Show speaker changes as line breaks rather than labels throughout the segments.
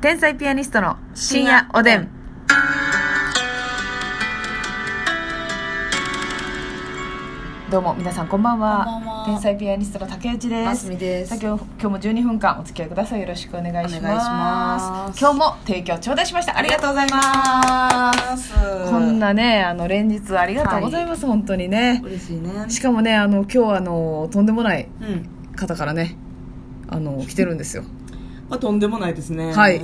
天才ピアニストの深夜おでん。どうも皆さんこんばんは。
こんばんは
天才ピアニストの竹内で。
ますすみです。
先ほど今日も12分間お付き合いくださいよろしくお願いします
お願いします
今日も提供頂戴しましたありがとうございますこんなねあの連日ありがとうございます、本当にね
嬉しいね。
しかもねあの今日あのとんでもない
うん。
方からねあの来てるんですよ
まあとんでもないですね。
はい。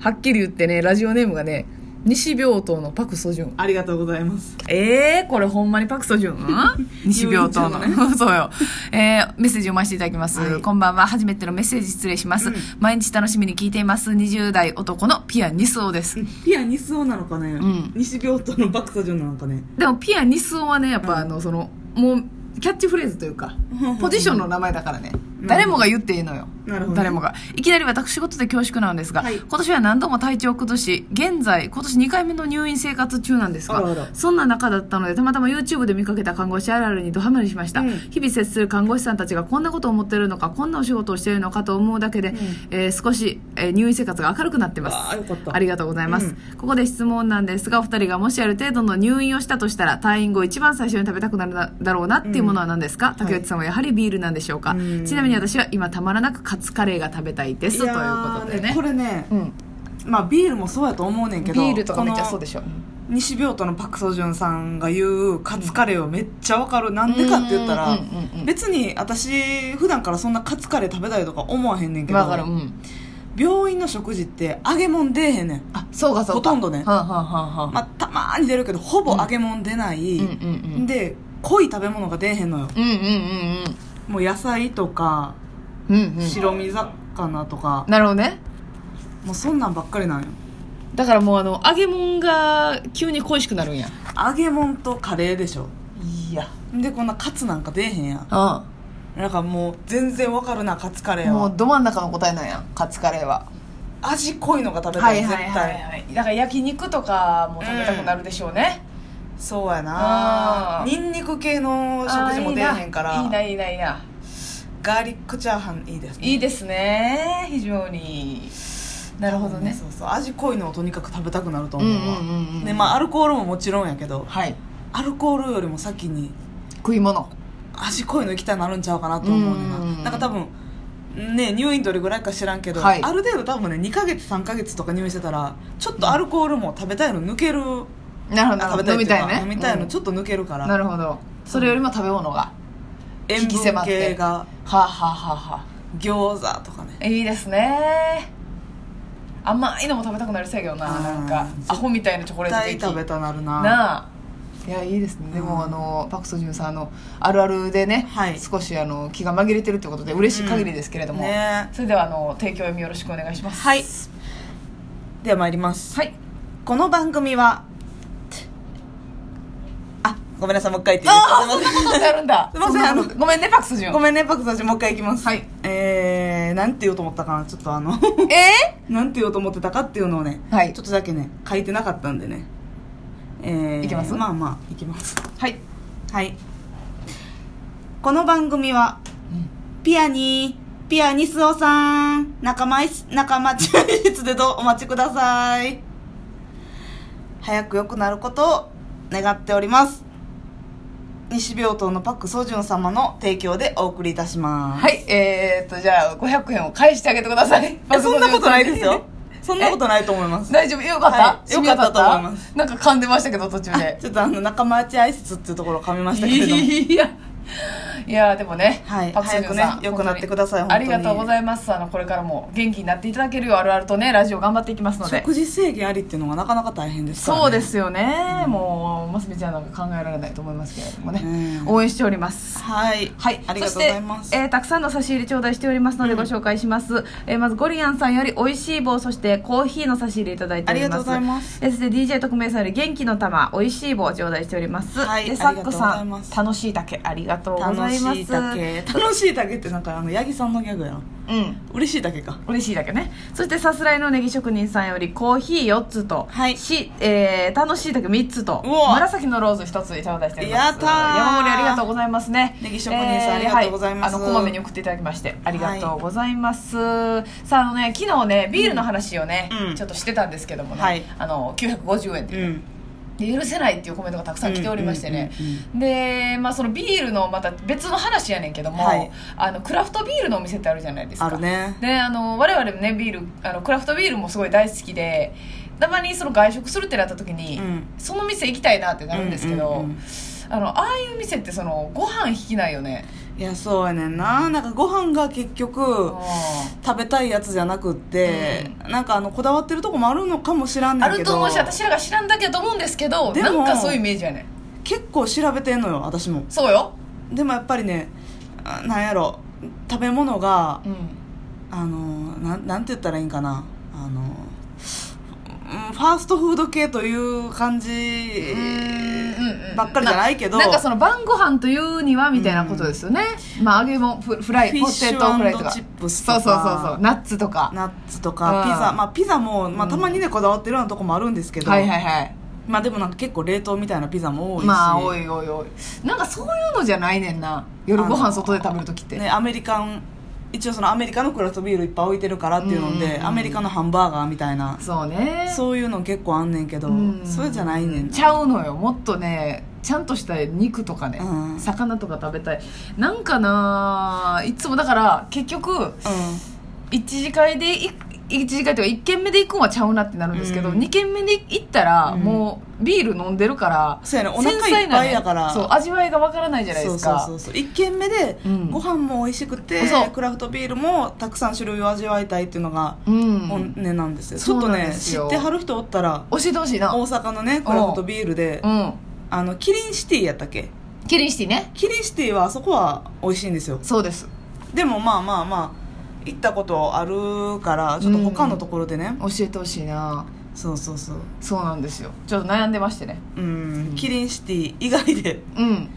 はっきり言ってねラジオネームがね西病棟のパク・ソジュン
ありがとうございます。
えー、これほんまにパク・ソジュン 西病棟の、
遊園 地
そうよ、えー、メッセージ読ませていただきます、
はい
こんばんは初めてのメッセージ失礼します、
うん
毎日楽しみに聞いています20代男のピアニスオです、
ピアニスオなのかね。
ん
西病棟のバクサジョンなのかね。
でもピアニスオはねやっぱ、
うん
あのそのもうキャッチフレーズというかポジションの名前だからね、
うん
誰もが言っていいのよ
なるほど
誰もがいきなり私事で恐縮なんですが、
はい
今年は何度も体調を崩し現在今年2回目の入院生活中なんですが
あらあら
そんな中だったのでたまたま YouTube で見かけた看護師あるあるにドハマりしました、
うん
日々接する看護師さんたちがこんなことを思ってるのかこんなお仕事をしているのかと思うだけで、
うん
えー少し、えー入院生活が明るくなってます
わあよかった
ありがとうございます、
うん
ここで質問なんですがお二人がもしある程度の入院をしたとしたら退院後一番最初に食べたくなるなだろうなっていうものは何ですか、竹内さんはやはりビールなんでしょうか、
うん
ちなみに私は今たまらなくカツカレーが食べたいですということで
いやー
ね
これね、
うん、
まあビールもそうやと思うねんけど。
ビールとかめっちゃそうで
し
しょ
ょ。西病棟のパクソジョンさんが言うカツカレーはめっちゃわかる。なんでかって言った
うん
ら
うんうんうん、
別に私普段からそんなカツカレー食べたりとか思わへんねんけど
わかるうん
病院の食事って揚げ物出えへんねん
あそうかそうか
ほとんどね
はあ、はあはあはあ
まあ、たまーに出るけどほぼ揚げ物出ない、
うんうんうん
で濃い食べ物が出えへんのよ
うんうん
もう野菜とか
うんうんうんうん
白身魚とか、
なるほどね
もうそんなんばっかりなんよ
だからもうあの揚げ物が急に恋しくなるんや
揚げ物とカレーでしょ
いや
でこんなカツなんか出えへんやん
うん
だからもう全然わかるなカツカレー
も
は
うど真ん中の答えなんやカツカレーは
味濃いのが食べたい,、絶対、
いだから焼肉とかも食べたくなるでしょうね、
そうやな
あー
ニンニク系の
あー
食事も出えへんから
いいないいないいな
ガーリックチャーハンいいですね
いいですね非常になるほどね
そうそう味濃いのをとにかく食べたくなると
うん
思
う
うんわ、
うんうん
でまあアルコールももちろんやけど
はい
アルコールよりも先に
食い物
味濃いの行きたいなるんちゃうかなと思うねんな
うん
なんか多分ね入院どれぐらいか知らんけど、
はい
ある程度多分ね2ヶ月3ヶ月とか入院してたらちょっとアルコールも食べたいの抜ける、
なるほど
あ
な
食
る
べ
ほど
たい
飲みた
ってう
い
か
ね
飲みたいのちょ
っ
っと抜けるか
と
ら、
なるほどそれよりも食べ物が
塩
引き迫
分
って
系が
はあ、はあはあは
餃子とかね
あ、いいですね甘いのも食べたくなりそうやけどな
あー
なんかアホみたいなチョコレー
絶
ト
対
ケーキ
食べたなるな
なあいやいいですねで
うん
もあのパク・ソジュンさんあのあるあるでね、
はい
少しあの気が紛れてるということで嬉しい限りですけれども、
ね
それではあの提供読みよろしくお願いします
はいでは参ります
はい
この番組はあごめんなさいもう一回言っていいですかすいません
そんなことやるんだ
すいません
そなことごめんねパク・ソジュン
ごめんね、パクさん、もう一回いきます。
はい。
えー、なんて言おうと思ったかな、ちょっとあの、
え
なんて言おうと思ってたかっていうのをね、
はい
ちょっとだけね、書いてなかったんでね。えー、
いきます
まあまあ、いきます。
ー、はい
はい。この番組は、ピアニー、ピアニスオさん、仲間い、仲間中室でどうお待ちください。早く良くなることを願っております。西病棟のパックソジュン様の提供でお送りいたします。
はいえー、っとじゃあ500円を返してあげてください
えそんなことないですよそんなことないと思います
大丈夫よかった、
はいよかったと思います
なんか噛んでましたけど途中で
ちょっとあの仲間内挨拶っていうところを噛みましたけれ ども
いやいやでもね、
はい
パク・ソジュンさん
早くね良くなってください
本当に
本当
あり
に
がとうございますあのこれからも元気になっていただけるようあるあるとねラジオ頑張っていきますので
食事制限ありっていうのがなかなか大変ですから、ね、
そうですよね、もうますみちゃんなんか考えられないと思いますけれどもね、
うん
応援しております
はい、
はい、
ありがとうございま
そ
す
して、えーたくさんの差し入れ頂戴しておりますのでご紹介します、えーまずゴリアンさんより美味しい棒そしてコーヒーの差し入れいただいております
ありがとうございます
えーそして DJ 特命さんより元気の玉美味しい棒頂戴しております、
はい
で
あり
サッ
がとう
コ
ご
さ
ざい
ん
ます
楽しい竹ありがとうございますいます
しいだけ楽しいだけってなんかあの八木さんのギャグやな
うん
嬉しいだけか
嬉しいだけねそしてさすらいのネギ職人さんよりコーヒー4つと、
はい
しえー、楽しいだけ3つと
うわ
紫のローズ1ついただいております
やったー
山盛りありがとうございますね
ネギ職人さんありがとうございます
はいあのこまめに送っていただきましてありがとうございます、さああのね昨日ねビールの話をね、
うん
ちょっとしてたんですけどもね、
はい
あの950円で
うん
で許せないっていうコメントがたくさん来ておりましてね、
うんうん
で、まあ、そのビールのまた別の話やねんけども、
はい
あのクラフトビールのお店ってあるじゃないですか
あるね
であの我々もねビールあのクラフトビールもすごい大好きでたまにその外食するってなった時に、
うん
その店行きたいなってなるんですけど、
うんうんうん
あのああいう店ってそのご飯引きないよね、
いやそうやねんななんかご飯が結局
う
食べたいやつじゃなくって、なんかあのこだわってるとこもあるのかもしらん
ん、
ね
あ
んけど
ると思うし私らが知らんだけだと思うんですけど
で
な
も
んかそういうイメージやねん
結構調べてんのよ私も
そうよ、
でもやっぱりねあなんやろ食べ物が
うん、
あのなんなんて言ったらいいんかなあのうんファーストフード系という感じ
うんうん
ばっかりじゃないけど
ななんかその晩ご飯というにはみたいなことですよね、まあ揚げもフフライ
フィ
ポ
ッシ
テ
ュ
トフライとか
チップスと
そうそ
か
うそうそうナッツとか
ナッツと
う
か
ん
ピザまあピザも、まあ、
うん
たまにねこだわってるようなとこもあるんですけど、
はいはいはい
まあでもなんか結構冷凍みたいなピザも多いし、
まあおいおいおいなんかそういうのじゃないねんな夜ご
あ
飯
の
外で食べる時って、
ね、アメリカン一応そのアメリカのクラフトビールいっぱい置いてるからっていうので、
うんうんうん
アメリカのハンバーガーみたいな、
そうね
そういうの結構あんねんけど、
うん
それじゃないねんな
ちゃうのよもっとねちゃんとした肉とかね、
うん
魚とか食べたいなんかないつもだから結局一次会でい一次会というか1軒目で行くんはちゃうなってなるんですけど、
うん
二2軒目で行ったら
うん
もうビール飲んでるから、
そうやねお腹いっぱいやか
繊細な
ら
ねそう味わいがわからないじゃない
そ
で
う
す
そう
か
そうそう1軒目で
うん
ご飯も美味しくて、
そう
クラフトビールもたくさん種類を味わいたいっていうのが
うん
本音なんですよ、ち
そ
ょ
う
っと
なん
ね
です
知
よ
ってはる人おったら
教えてほしいな
大阪のねクラフトビールで、
うん
あのキリンシティやったっけ
キリンシティね
キリンシティはあそこは美味しいんですよ
そうです
でもまあまあまあ行ったことあるからちょっと他のところでね、
教えてほしいな
そうそうそう
そうなんですよちょっと悩んでましてね
うんキリンシティ以外で
うんっ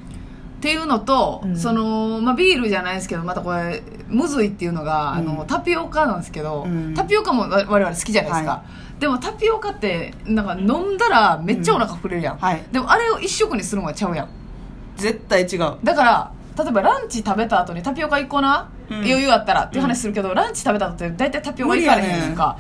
ていうのと、
うん
そのまあ、ビールじゃないですけどまたこれむずいっていうのが、あ
う
の
ん
タピオカなんですけど、
うん
タピオカも我々好きじゃないですか、
は
でもタピオカってなんか飲んだらめっちゃお腹膨れるやん、
うんはい
でもあれを一食にするのはちゃうやん
絶対違う
だから例えばランチ食べた後にタピオカ行こうな、
うん
余裕あったらっていう話するけど、ランチ食べた後って大体タピオカ行かれへんやんか、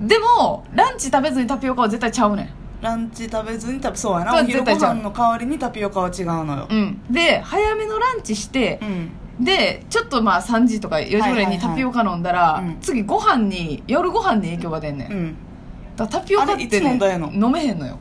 でもランチ食べずにタピオカは絶対ちゃうねん
ランチ食べずに食べそうや
そ
な
う
お昼ご
絶対ちゃう
飯の代わりにタピオカは違うのよ
うん、で早めのランチして
う、ん
でちょっとまあ3時とか4時ぐらいにタピオカ飲んだら、
いはいはいうん
次ご飯に夜ご飯に影響が出んねん、
う
だ
ん
からタピオカっ
あれいつ
て、
飲
ね
んだらええの
飲めへんのよ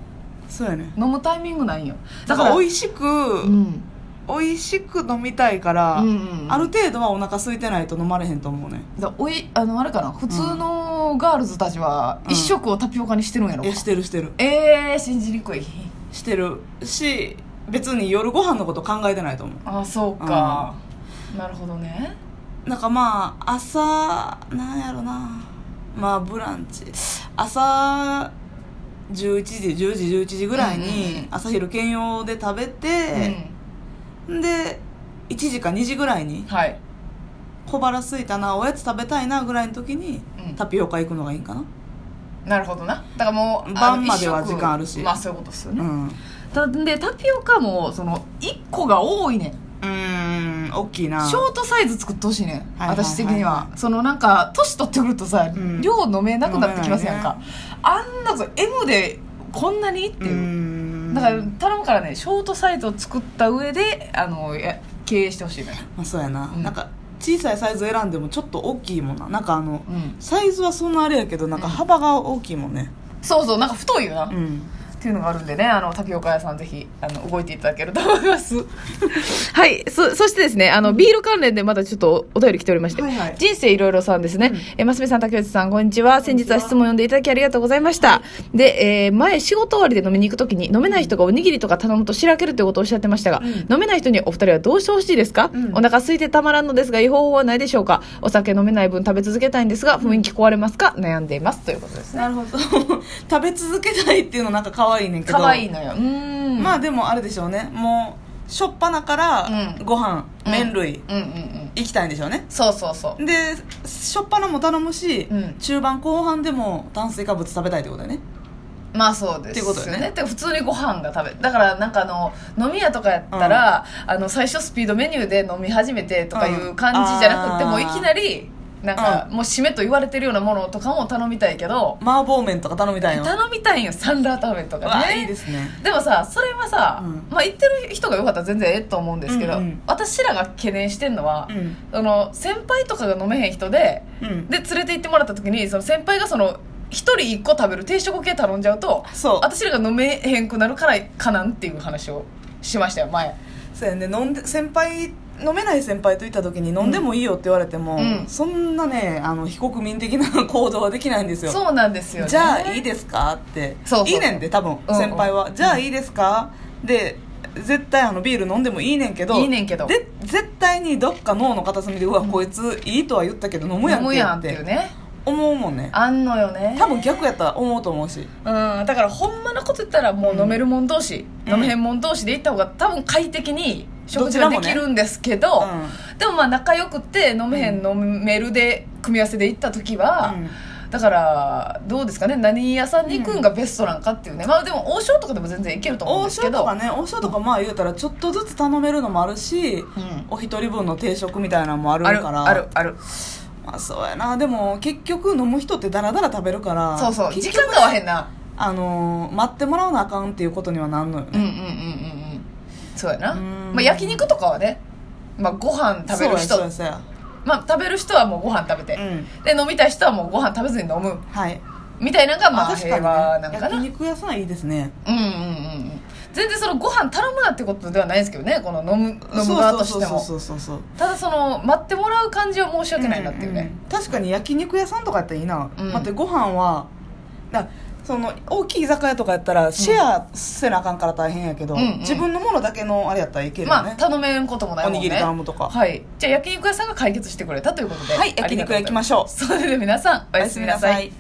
そうやね
飲むタイミングないんよ
だ
だ
か
からら
美味しく、
うん
美味しく飲みたいから、
うんうんうん
ある程度はお腹空いてないと飲まれへんと思うね
だからおいあのあれかな普通のガールズたちは
うん
一食をタピオカにしてるんやろ
い
か、
やしてるしてる
えー、信じにくい
してるし別に夜ご飯のこと考えてないと思
あそうか、なるほどね
うなんかまあ朝なんやろなまあブランチ朝11時10時11時ぐらい
うんうんうん
に朝昼兼用で食べて、
うん
で1時か2時ぐらいに
はい
小腹空いたなおやつ食べたいなぐらいの時に
うん
タピオカ行くのがいいんかな
なるほどなだからもうあの
晩までは
一食
時間あるし
まあそういうことですよ
う
ね、
んう
たでタピオカもその1個が多いねん
ーん大きいな
ショートサイズ作ってほしいねん、
はいはいはい
私的にはそのなんか年取ってくるとさ、
うん
量飲めなくなってきますやんか、あんなぞ M でこんなにって
うー
いう、
ん
だから頼むからねショートサイズを作った上であのや経営してほしいのよ、
まあ、そうやな、
うん
なんか小さいサイズ選んでもちょっと大きいもんななんかあの、
うん、
サイズはそんなあれやけどなんか幅が大きいもんね
そうそうなんか太いよな、っ
うん
ていうのがあるんでねあのタピオカ屋さんぜひあの動いていただけると思います はいそそしてですねあのビール関連でまだちょっとお便り来ておりまして、
はいはい
人生いろいろさんですね、えますみさん竹内さんこんにちは先日は質問を読んでいただきありがとうございました、で、えー前仕事終わりで飲みに行く時に飲めない人がおにぎりとか頼むとしらけるということをおっしゃってましたが、飲めない人にお二人はどうしてほしいですか、
ん
お腹空いてたまらんのですがいい方法はないでしょうかお酒飲めない分食べ続けたいんですが雰囲気壊れますか悩んでいますということですね
なる ほど食べ続けたいっていうのなんか可愛いねんけど
可愛いのようーん
まあでもあれでしょうねもうしょっぱなから
うん
ご飯、
うん
麺類
うんうんうん
行きたいんでしょうね
そうそうそう
でしょっぱなも頼むし、
うん
中盤後半でも炭水化物食べたいってことだよね
まあそうです
ってことよね
てか普通にご飯が食べだからなんかあの飲み屋とかやったら、あの最初スピードメニューで飲み始めてとかいう感じじゃなくて、
うん
もういきなりなんか、
う
もう締めと言われてるようなものとかも頼みたいけど、
麻婆麺とか頼みたいの
頼みたいんよサンラータンメンと
うわ
かね
いいですね
でもさそれはさ、
うん
まあ、言ってる人がよかったら全然ええと思うんですけど、
うんうん
私らが懸念してんのは
う、ん
その先輩とかが飲めへん人で
うん
で連れて行ってもらった時にその先輩がその一人一個食べる定食系頼んじゃうと
そう
私らが飲めへんくなるからかなんっていう話をしましたよ前
そうやね飲んで先輩飲めない先輩と行った時に飲んでもいいよって言われても、
うん
そんなねあの非国民的な 行動はできないんですよ
そうなんですよね
じゃあいいですかって
そうそうそう
いねんって多分、
うん
先輩はじゃあいいですかで絶対あのビール飲んでもいいねんけど
いいねんけど
で絶対にどっか脳の片隅でうわこいついいとは言ったけど飲むや
飲
んけ
むやん
っ
っていう
て
ね
思うもんね
あんのよね
多分逆やったら思うと思うし
うんだからほんまのこと言ったらもう飲めるもん同士、
うん
飲めへんもん同士で行った方が多分快適に食
ど
事
ち
が
ら
で
もね
きるんですけどでもまあ仲良くて飲めへん、飲めるで組み合わせで行った時は、
うん
だからどうですかね何屋さんに行くんがベストなんかっていうね、まあでも王将とかでも全然いけると思うん
王
ですけ
将
ど
とかね王将とかまあ言うたらちょっとずつ頼めるのもあるし、
うん
お一人分の定食みたいなのもある
ある
から
あるある
まあそうやなでも結局飲む人ってダラダラ食べるから
そうそう時
結局
間が合わへんな
あのー待ってもらわなあかんっていうことにはなんのよ
うん
ね、
うんうんうんうんそうやな
うん
まあ、焼肉とかはね、まあ、ご飯食べる
そうや
人
そうや
まあ、食べる人はもうご飯食べて、
そうやうん
で飲みたい人はもうご飯食べずに飲む
はい
みたいなのがまあ
確
平
かにね
和なんかな、
焼肉屋さんいいですね
うんうんうんうん全然そのご飯頼むなってことではないですけどねこの飲む飲む側としても
そうそうそうそうそう
ただその待ってもらう感じは申し訳ないなっていうね
んん確かに焼肉屋さんとかやったらいいな、
うん
待ってご飯はだその大きい居酒屋とかやったらシェアせなあかんから大変やけど、
うんうん
自分のものだけのあれやったらいけるよ
まあ
ね、
頼めんこともない
お
もんね
にぎり頼むとか、
はいじゃあ焼肉屋さんが解決してくれたということで
は
はい
焼肉屋行きましょう
それでは皆さんおやすみなさい
い